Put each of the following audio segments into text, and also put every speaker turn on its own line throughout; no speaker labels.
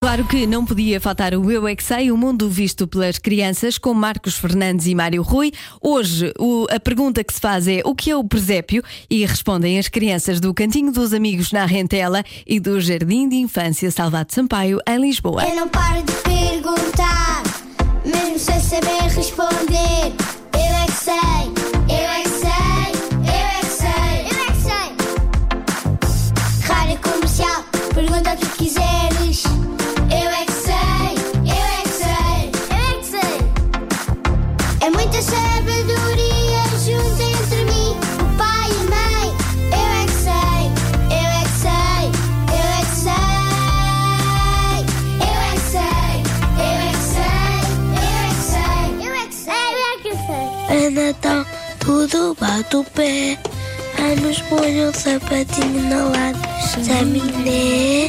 Claro que não podia faltar o Eu é que Sei, o mundo visto pelas crianças, com Marcos Fernandes e Mário Rui. Hoje, o- a pergunta que se faz é o que é o presépio? E respondem as crianças do Cantinho dos Amigos na Rentela e do Jardim de Infância Salvado Sampaio, em Lisboa.
Eu não paro de perguntar, mesmo sem saber responder. Eu é que sei, eu é que sei, eu é que sei, eu é que sei. Rádio comercial, pergunta o que quiseres. Eu é que sei, eu é que sei, eu é que sei. É muita sabedoria junto entre mim, o pai e a mãe. Eu é que sei, eu é que sei, eu é que sei. Eu é que sei, eu é que sei, eu é que sei, eu é que sei.
É Natal, tudo bate o pé. Anos molham um sapatinho na lata. né? Zé Miné,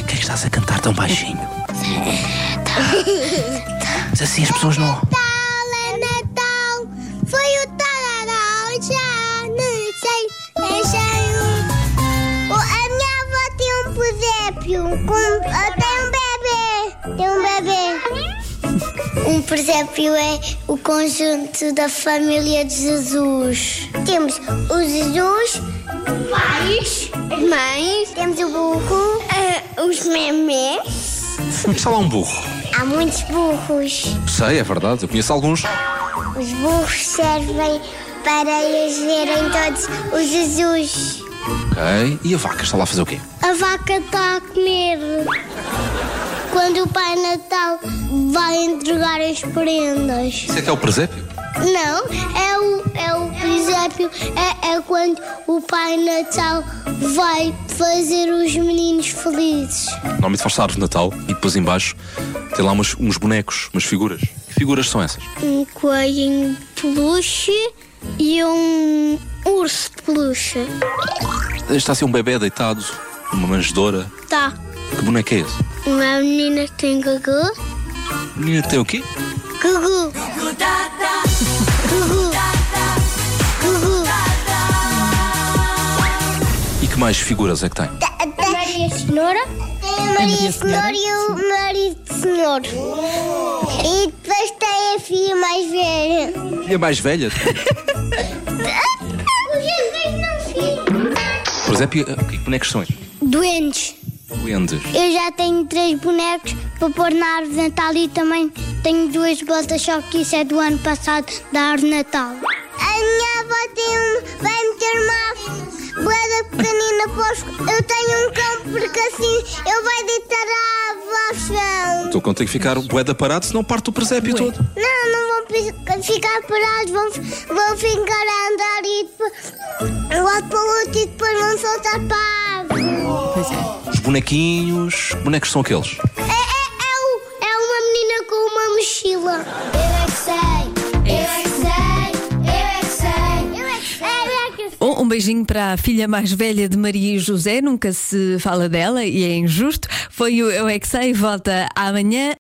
O que é que estás a cantar tão baixinho? Mas assim as pessoas não.
Natal é Natal, foi o tararau, já não sei, é cheio. O- A minha avó tem um presépio, com- ah, tem um bebê, tem um bebê. Um presépio é o conjunto da família de Jesus. Temos o Jesus, pais, mães, temos o burro, eh, os memes.
Está lá um burro.
Há muitos burros.
Sei, é verdade, eu conheço alguns.
Os burros servem para eles verem todos o Jesus.
Ok. E a vaca está lá a fazer o quê?
A vaca está a comer. Quando o Pai Natal vai entregar as prendas.
Isso é que é o presépio?
Não, é o, é o presépio, é, é quando o Pai Natal vai fazer os meninos felizes.
Normalmente faz-se a árvore de Natal e depois em baixo tem lá umas- uns bonecos, umas figuras. Que figuras são essas?
Um coelhinho de peluche e um urso de peluche.
Está assim um bebê deitado, uma manjedoura.
Tá.
Que boneco é esse?
Uma menina que tem gugu.
Menino tem o quê?
Gugu. Gugu. Gugu.
E que mais figuras é que tem?
A Maria Cenoura. Tem a É Maria Cenoura e o marido de Cenoura. E depois tem a filha mais velha.
E a mais velha?
O Jesus não fica.
Presépio, eh, que bonecos são esses?
Doentes.
Duendes.
Eu já tenho três bonecos para pôr na árvore de Natal e também tenho duas botas, só que isso é do ano passado, da árvore de Natal. A minha avó tem um, vai meter uma boeda pequenina para os... Eu tenho um cão porque assim eu vou deitar a ave ao chão.
Estou contigo Então, tem que ficar boeda parado, senão parte o presépio todo.
Não, não vão pi- ficar parados, vão, vão ficar a andar e depois... Eu volto para o outro e depois vão soltar para a árvore.
Os bonequinhos. que bonecos são aqueles?
É, é, é, o- é uma menina com uma mochila. Eu é que sei, eu é que sei, eu é que sei, eu é que sei.
Um um beijinho para a filha mais velha de Maria e José, nunca se fala dela e é injusto. Foi o Eu é que Sei, volta amanhã